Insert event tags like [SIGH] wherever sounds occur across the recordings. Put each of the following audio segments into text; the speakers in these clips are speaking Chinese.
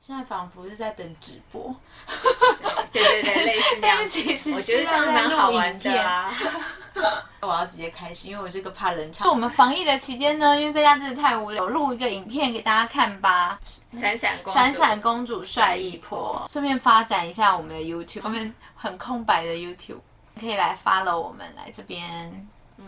现在仿佛是在等直播，对对对，类似那但样是其子。实我是觉得这样在蛮好录玩影的片。啊。 [LAUGHS] 我要直接开始，因为我是个怕冷场。我们防疫的期间呢，因为在家真的太无聊，录一个影片给大家看吧。闪闪公主，闪闪公主帅一婆，顺便发展一下我们的 YouTube，我们很空白的 YouTube，可以来 follow 我们来这边。嗯，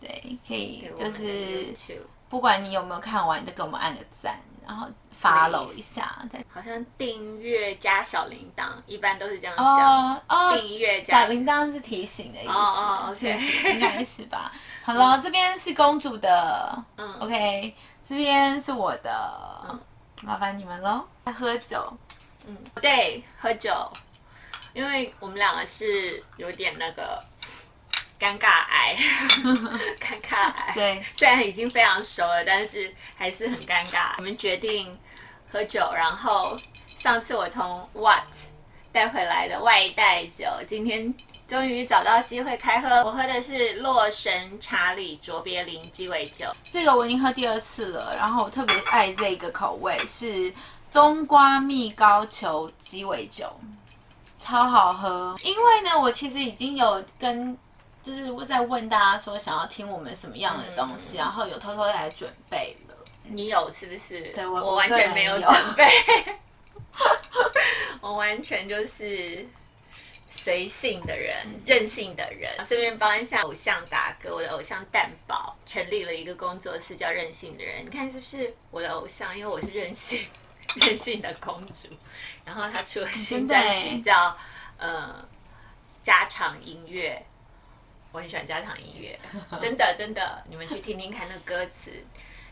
对，可以给我就们的是 YouTube 不管你有没有看完，都给我们按个赞，然后 follow 一下。再好像订阅加小铃铛，一般都是这样讲。哦哦，订阅加小铃铛是提醒的意思，哦哦是 OK 不是应该是吧？好了，这边是公主的，嗯 o k 这边是我的，麻烦你们喽。在喝酒，嗯，对，喝酒，因为我们两个是有点那个尴尬癌， [LAUGHS] 尴尬癌。对， [LAUGHS] 虽然已经非常熟了，但是还是很尴尬。我们决定喝酒，然后上次我从 What 带回来的外带酒，今天终于找到机会开喝。我喝的是洛神查理卓别林鸡尾酒，这个我已经喝第二次了，然后我特别爱这个口味是冬瓜蜜糕球鸡尾酒，超好喝。因为呢，我其实已经有跟。就是我在问大家说想要听我们什么样的东西，嗯然后有偷偷来准备了。你有是不是？对我我完全没有我个准人有备， [LAUGHS] 我完全就是随性的人，任性的人。顺便帮一下偶像打歌，我的偶像蛋宝成立了一个工作室叫“任性的人”，你看是不是我的偶像？因为我是任性 [LAUGHS] 任性的公主。然后他出了新专辑真的耶欸叫呃家常音乐。我很喜欢家常音乐，真的真的，你们去听听看那歌词，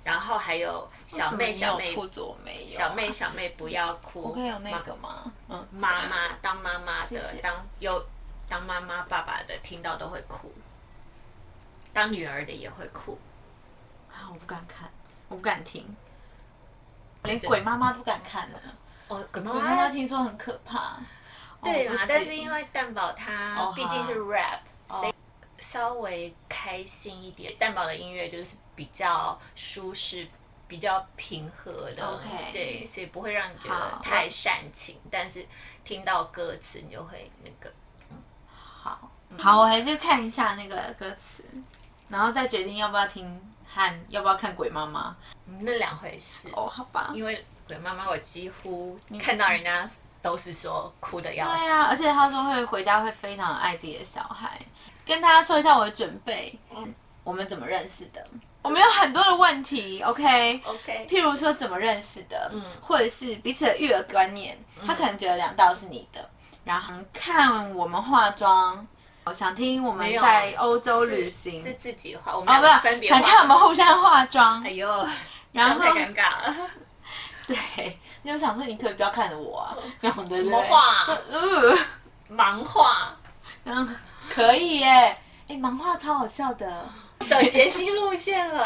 然后还有小妹小为什么你妹有兔子我没有啊，小妹小妹不要哭，我可以有那个吗？嗯，妈妈当妈妈的谢谢当有当妈妈爸爸的听到都会哭，当女儿的也会哭，啊，我不敢看，我不敢听，连鬼妈妈都不敢看了。哦，鬼妈鬼妈妈听说很可怕，对哦啦不行，但是因为蛋宝它哦毕竟是 rap，、哦所以稍微开心一点。蛋宝的音乐就是比较舒适、比较平和的 OK 对，所以不会让你觉得好太煽情，但是听到歌词你就会那个。好，好，我还是看一下那个歌词，然后再决定要不要听和要不要看鬼妈妈。嗯那两回事，哦，好吧。因为鬼妈妈，我几乎看到人家都是说哭的要死。对啊，而且他说会回家会非常爱自己的小孩。跟大家说一下我的准备，我们怎么认识的？我们有很多的问题，OK。 OK，譬如说怎么认识的，嗯或者是彼此的育儿观念，他可能觉得两道是你的，然后看我们化妆，我想听我们没有在欧洲旅行，是自己画，我们哦两个分不，别想看我画。们互相化妆哎，呦，然后这样太尴尬了。 [LAUGHS] 对，你就想说你可不可以不要看着我啊，那种的怎哦怎么画 [LAUGHS] 呃，盲画。然后可以耶，哎，盲画超好笑的。走谐星路 [LAUGHS] 线了。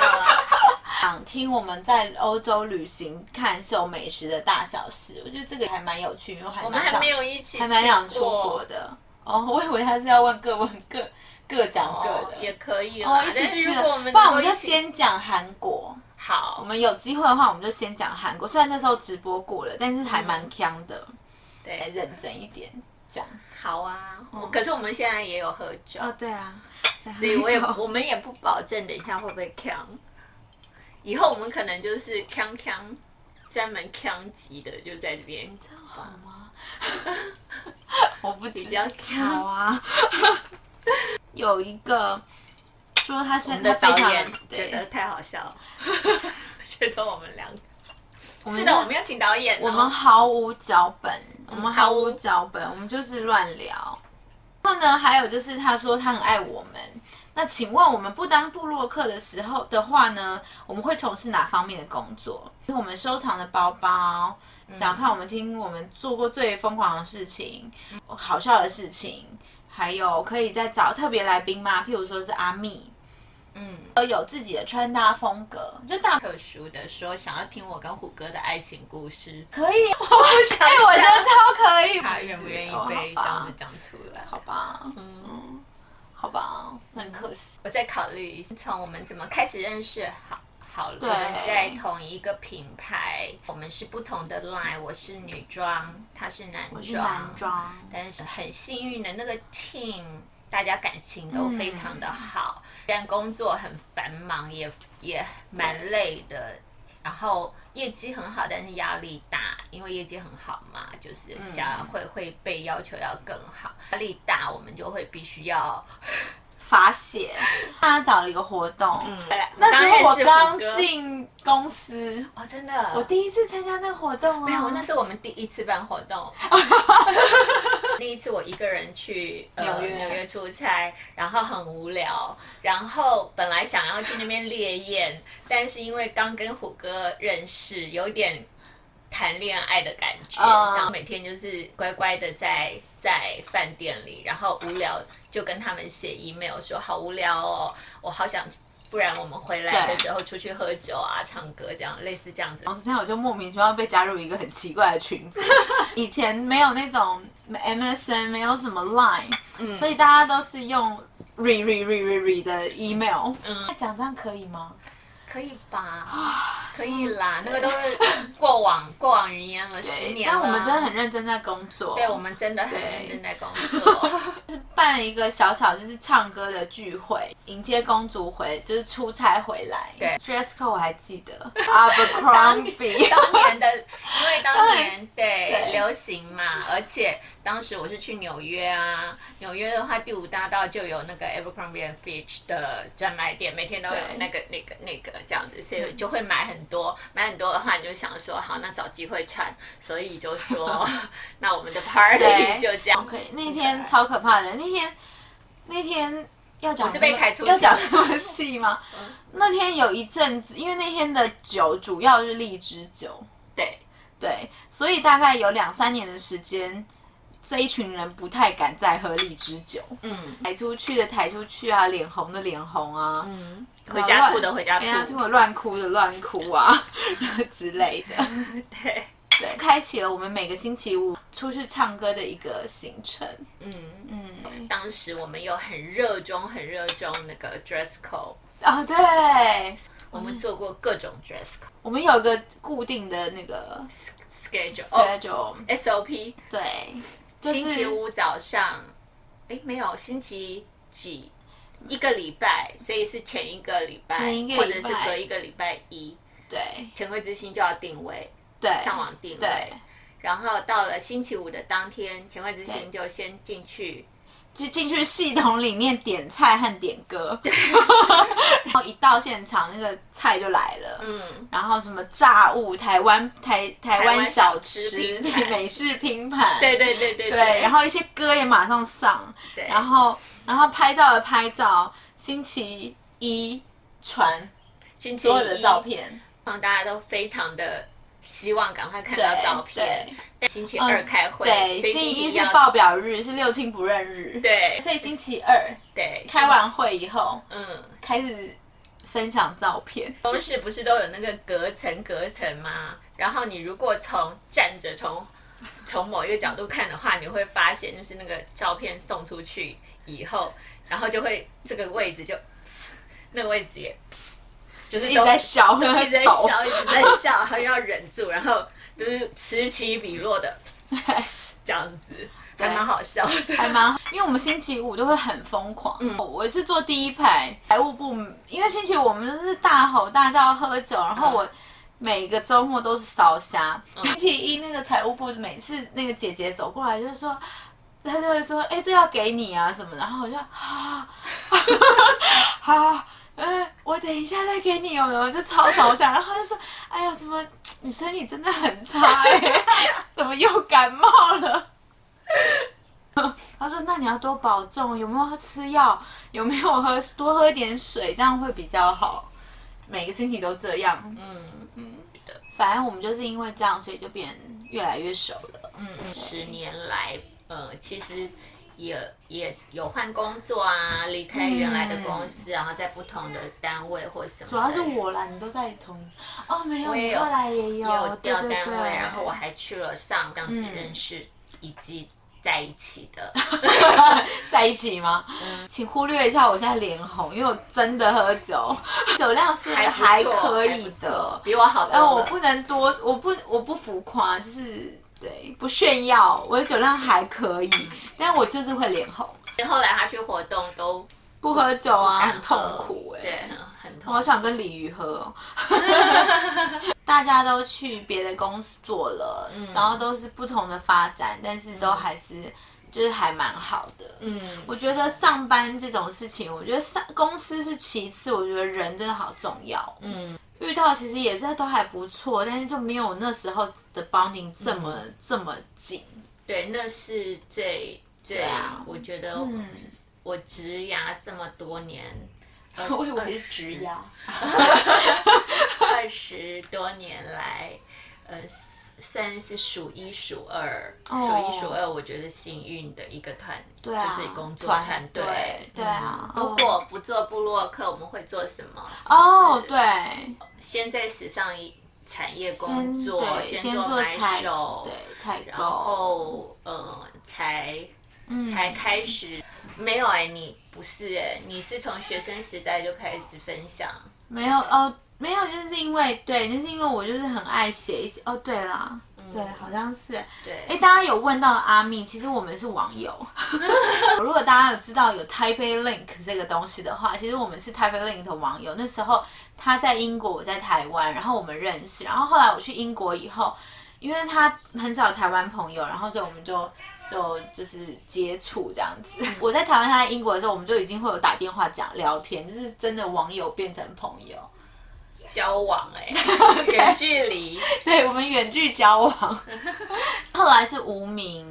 想听我们在欧洲旅行看秀美食的大小事，我觉得这个还蛮有趣，因为还我们蛮还想没有一起，还蛮想出国。的。哦， [LAUGHS] 我以为他是要问各问各各讲各哦的，，也可以哦啦。一起但是去如了，果我们不然我能们够就一起先嗯讲韩国。好我，们有机会的话，我们就先讲韩国。虽然那时候直播过了，但是嗯还蛮强的，来对，认真一点讲。好啊。我可是我们现在也有喝酒，嗯哦，对啊，所所以我也我们也不保证等一下会不会呛。以后我们可能就是呛呛，专门呛级的，就在这边这样好吗？ [LAUGHS] 我不比知较好呛。啊。 [LAUGHS] 有一个说他我是们的他非导常演觉得对，太好笑 [LAUGHS] 了， [LAUGHS] 觉得我们两个我们是的，我们要请导演哦。我们毫无脚本，我们毫嗯毫无无脚本，我们就是乱聊。然后呢，还有就是他说他很爱我们。那请问我们不当部落客的时候的话呢，我们会从事哪方面的工作？我们收藏的包包，嗯想看我们听我们做过最疯狂的事情、好笑的事情，还有可以再找特别来宾吗？譬如说是阿密，嗯。都有自己的穿搭风格，就大特殊的说，想要听我跟虎哥的爱情故事， [LAUGHS] 可以。我想哎、我觉得超可以。他愿不愿意被哦这好样吧子讲出来？好吧，嗯，好吧，很可惜。啊我再考虑一下，从我们怎么开始认识好。好了，我对们在同一个品牌，我们是不同的 line，我是女装，他是男我是装男，装，但是很幸运的那个 team，大家感情都嗯非常的好，虽然工作很繁忙，也也蛮累的，然后业绩很好，但是压力大，因为业绩很好嘛，就是嗯想要会会被要求要更好，压力大，我们就会必须要。发泄，大家找了一个活动，那那时候我刚进公司，哦，真的，我第一次参加那个活动啊，没有，那是我们第一次办活动。那一次我一个人去呃纽约纽约出差，然后很无聊，然后本来想要去那边烈焰，但是因为刚跟虎哥认识，有点谈恋爱的感觉，嗯然后每天就是乖乖的在在饭店里，然后无聊就跟他们写 email 说好无聊哦，我好想。不然我们回来的对时候出去喝酒啊、唱歌这样，类似这样子。然后那天我就莫名其妙被加入一个很奇怪的群 [LAUGHS] 组，以前没有那种 MSN，没有什么 Line，、所以大家都是用 re re re re re 的 email。嗯那讲这样可以吗？可以吧？啊可以啦，那个都是过往过往云烟了，十年但了。我们真的很认真在工作，对，我们真的很对认真在工作。 [LAUGHS] 办了一个小小就是唱歌的聚会，迎接公主回，就是出差回来。对，dress code 我还记得，Abercrombie，当年的，因为当年对对流行嘛，而且当时我是去纽约啊，纽约的话第五大道就有那个 Abercrombie and Fitch 的专卖店，每天都有对嗯那个那个那个这样子，所以就会买很多，买很多的话你就想说好，那找机会穿，所以就 [LAUGHS] 说那我们的 party 对就这 [LAUGHS] 样。OK，那天超可怕的，那天那天要讲我是那么被开除要讲那么细 [LAUGHS] 吗？嗯那天有一阵子，因为那天的酒主要是荔枝酒，对，对，所以大概有两三年的时间，这一群人不太敢再喝荔枝酒，嗯抬出去的抬出去啊，脸红的脸红啊，嗯，回家吐的回家人家吐哎听。我乱哭的乱哭啊之类的， [LAUGHS] 对，对，开启了我们每个星期五出去唱歌的一个行程，嗯，嗯，当时我们又很热衷、很热衷那个 dress code，哦对，我嗯们做过各种 dress code 我们有一个固定的那个 schedule、哦 Schedule SOP，对，就是星期五早上，哎，没有，星期几？一个礼拜，所以是前一个礼拜，前一个礼拜或者是隔一个礼拜一，对前会之星就要定位，对上网定对位。，然后到了星期五的当天，前会之星对就先进去就进去系统里面点菜和点歌，然后一到现场那个菜就来了，嗯，然后什么炸物、台湾台台台湾湾小小吃吃、拼盘美式拼盘，对对对对对，然后一些歌也马上上，对然后然后拍照的拍照，星期一传星期所有的一照片，让大家都非常的希望赶快看到照片对。哦但星期二开会，对，所以星期一是要报表日，是六亲不认日，，对，所以星期二对开完会以后嗯，开始分享照片，公式不是都有那个隔层隔层吗？然后你如果从站着从从某一个角度看的话，你会发现就是那个照片送出去以后，然后就会这个位置就， [LAUGHS] 那个位置也， [LAUGHS] 就是一都直在笑，一直在抖，笑，一直在笑， [LAUGHS] 还要忍住，然后就是此起彼落的这样子，还蛮好笑的。 [LAUGHS] 还蛮，因为我们星期五都会很疯狂。嗯，我是坐第一排，财务部，因为星期五我们就是大吼大叫喝酒，然后我每个周末都是烧虾。星期一那个财务部每次那个姐姐走过来就说。她就会说：“哎、这要给你啊什么的？”然后我就啊， [LAUGHS] 好，呃，我等一下再给你哦。然后就超烧虾，然后她就说：“哎呀，怎么你身体真的很差哎、 [LAUGHS] 怎么又感冒了？”他说：“那你要多保重，有没有吃药？有没有喝多喝点水，这样会比较好。每个星期都这样，嗯嗯反正我们就是因为这样，所以就变越来越熟了。嗯嗯，十年来，呃，其实也也有换工作啊，离开原来的公司，然后在不同的单位或什么的。主要是我啦，你都在同哦，没有，我也你有后来也有，也有对调单对 [LAUGHS] 位，啊对，然后我还去了上这样子嗯认识一季在一起 [LAUGHS] 的。在一起吗？嗯请忽略一下我现在脸红，因为我真的喝 [LAUGHS] 酒，酒量是还不错可还以不的错，比我好多但了。哦我不能多，我不我不浮夸，就是对不炫耀，我的酒量还可以，但我就是会脸红，后来他去活动都不喝酒啊敢很痛喝苦哎、对，很很我痛好苦。想跟鲤鱼喝、 [LAUGHS] 哦。大家都去别的公司做了，嗯然后都是不同的发展，但是都还是、就是还蛮好的。嗯，我觉得上班这种事情，我觉得上公司是其次，我觉得人真的好重要。嗯，遇到其实也是都还不错，但是就没有那时候的 bonding 这么、这么紧。对，那是最最、啊我觉得嗯，我职涯这么多年，我以为是直压，二十多年来，呃，算是数一数二，数、一数二，我觉得幸运的一个团，对哦啊就是工作团团队队。对啊嗯哦如果不做部落客，我们会做什么？是不是哦，对，先在时尚一产业工作，对，先做买采手，对采然购，后呃，才嗯才开始。没有哎、你不是哎、你是从学生时代就开始分享，没有哦，没有，就是因为对，就是因为我就是很爱写一些哦，对啦，对，好像是对，哎，大家有问到阿密，其实我们是网友。 [LAUGHS] 如果大家有知道有 Taipei Link 这个东西的话，其实我们是 Taipei Link 的网友。那时候他在英国，我在台湾，然后我们认识。然后后来我去英国以后，因为他很少有台湾朋友，然后所以我们就就就是接触这样子。 [LAUGHS] 我在台湾，他在英国的时候，我们就已经会有打电话讲聊天，就是真的网友变成朋友。交往 [LAUGHS] 哎、欸，远距离，对我们远距交往， [LAUGHS] 后来是无名，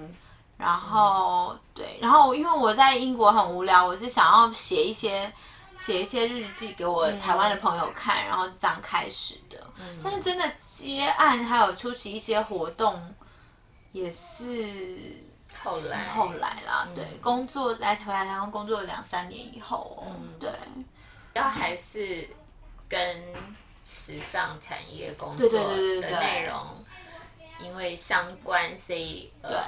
然后、对，然后因为我在英国很无聊，我是想要写一些写一些日记给我台湾的朋友看，然后就这样开始的。但是真的接案还有出席一些活动，也是后来后来啦。对，工作来回来台湾工作了两三年以后、哦，对然后还是跟时尚产业工对作对对对的对内容，因为相关，所以对、对，呃、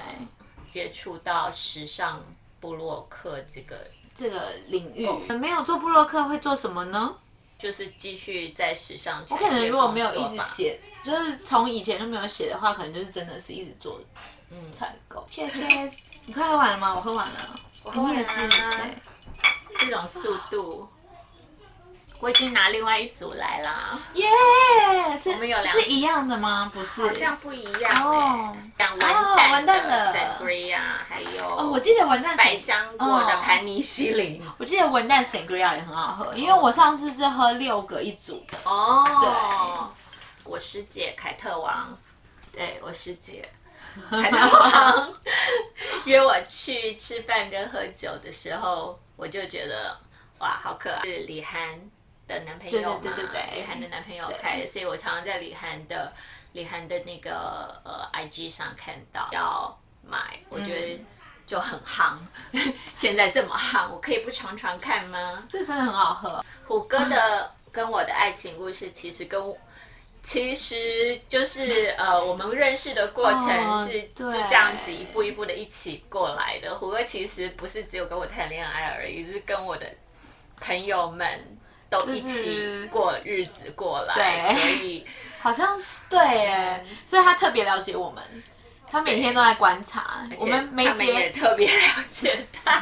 接触到时尚部落客这个，这个领域、没有做布洛克会做什么呢？就是继续在时尚我产业可能如果没有工一作直吧，写，就是从以前就没有写的话，可能就是真的是一直做嗯采购。 [LAUGHS] 谢谢，你快喝完了吗？我喝完了，哎我喝完你也了啊是对。这种速度。我已经拿另外一组来啦，耶、是我们有两是一样的吗？不是，好像不一样哦哦、讲哦文文旦旦的的 sangria，还有哦，我记得文旦百香果的哦盘尼西林我记得文旦 sangria 也很好喝，因为我上次是喝六个一组的。哦。我师姐凯特王，对我师姐凯特王约我去吃饭跟喝酒的时候，我就觉得哇，好可爱！是李涵的男朋友嘛？对对对对对李涵的男朋友开的，所以我常常在李涵的李涵的那个呃 IG 上看到要买，我觉嗯得就很夯， [LAUGHS] 现在这么夯，我可以不常常看吗？这真的很好喝，虎哥的跟我的爱情故事，其实跟我其实就是呃，我们认识的过程哦是就对这样子一步一步的一起过来的。虎哥其实不是只有跟我谈恋爱而已，就是跟我的朋友们都一起过日子过来，对所以好像是对耶，嗯所以他特别了解我们，他每天都在观察我们每他们也节特别了解 [LAUGHS] 他。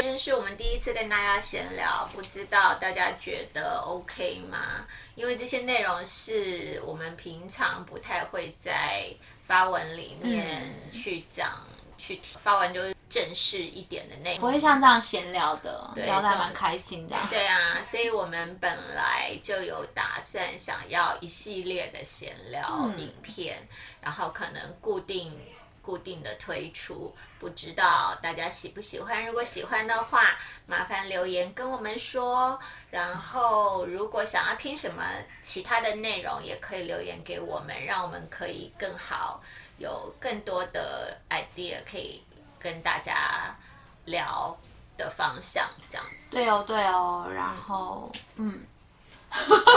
今天是我们第一次跟大家闲聊，不知道大家觉得 OK 吗？因为这些内容是我们平常不太会在发文里面嗯去讲、去提发文就是正式一点的内容，不会像这样闲聊的，聊得还这种蛮开心的。对啊，所以我们本来就有打算想要一系列的闲聊嗯影片，然后可能固定固定的推出，不知道大家喜不喜欢。如果喜欢的话，麻烦留言跟我们说。然后如果想要听什么其他的内容，也可以留言给我们，让我们可以更好有更多的 idea 可以跟大家聊的方向，这样子。对哦，对哦，然后嗯，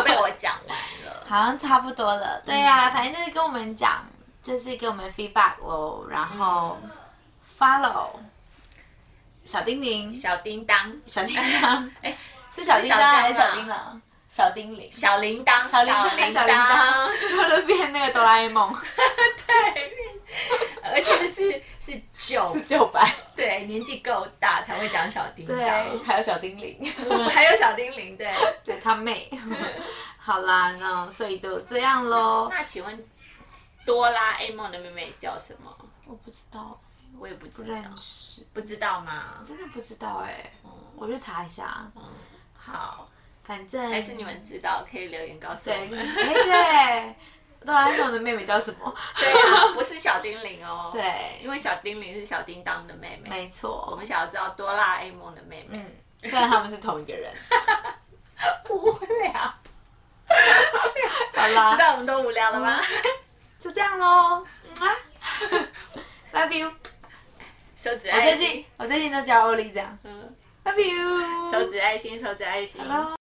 被我讲完了。好像差不多啊嗯了。对呀、反正就是跟我们讲，就是给我们 feedback 哦，然后 follow 小叮铃，小叮当，小叮 [LAUGHS] 当，哎，是小叮当还是小小叮叮当？小叮铃，小铃铛，小铃铃铛，小铃铛铛，， [LAUGHS] 就是变那个哆啦 A 梦，而且是是九是，旧版。对，年纪够大才会讲小叮当，还有小叮铃， [LAUGHS] 还有小叮铃，对。对他 [LAUGHS] 妹。好啦，那所以就这样喽。那请问哆啦 A 梦的妹妹叫什么？我不知道，我也不知不道，认识，不知道吗？真的不知道哎、我去查一下。好，反正还是你们知道，可以留言告诉我对， [LAUGHS] 们。哎对，哆啦 A 梦的妹妹叫什么？对啊，不是小叮铃哦。，对因，为小叮铃是小叮当的妹妹，没我错，们想要知道哆啦 A 梦的妹妹。嗯，虽然他们是同一个 [LAUGHS] 人。无聊，好知啦，嗯道我们都无聊了嗯吗？ [LAUGHS] 就这样喽。嗯啊 [LAUGHS] Love you。手指我爱最近心，我最近都教欧丽这样嗯， ，Love you。手指爱心，手指爱心。 Hello。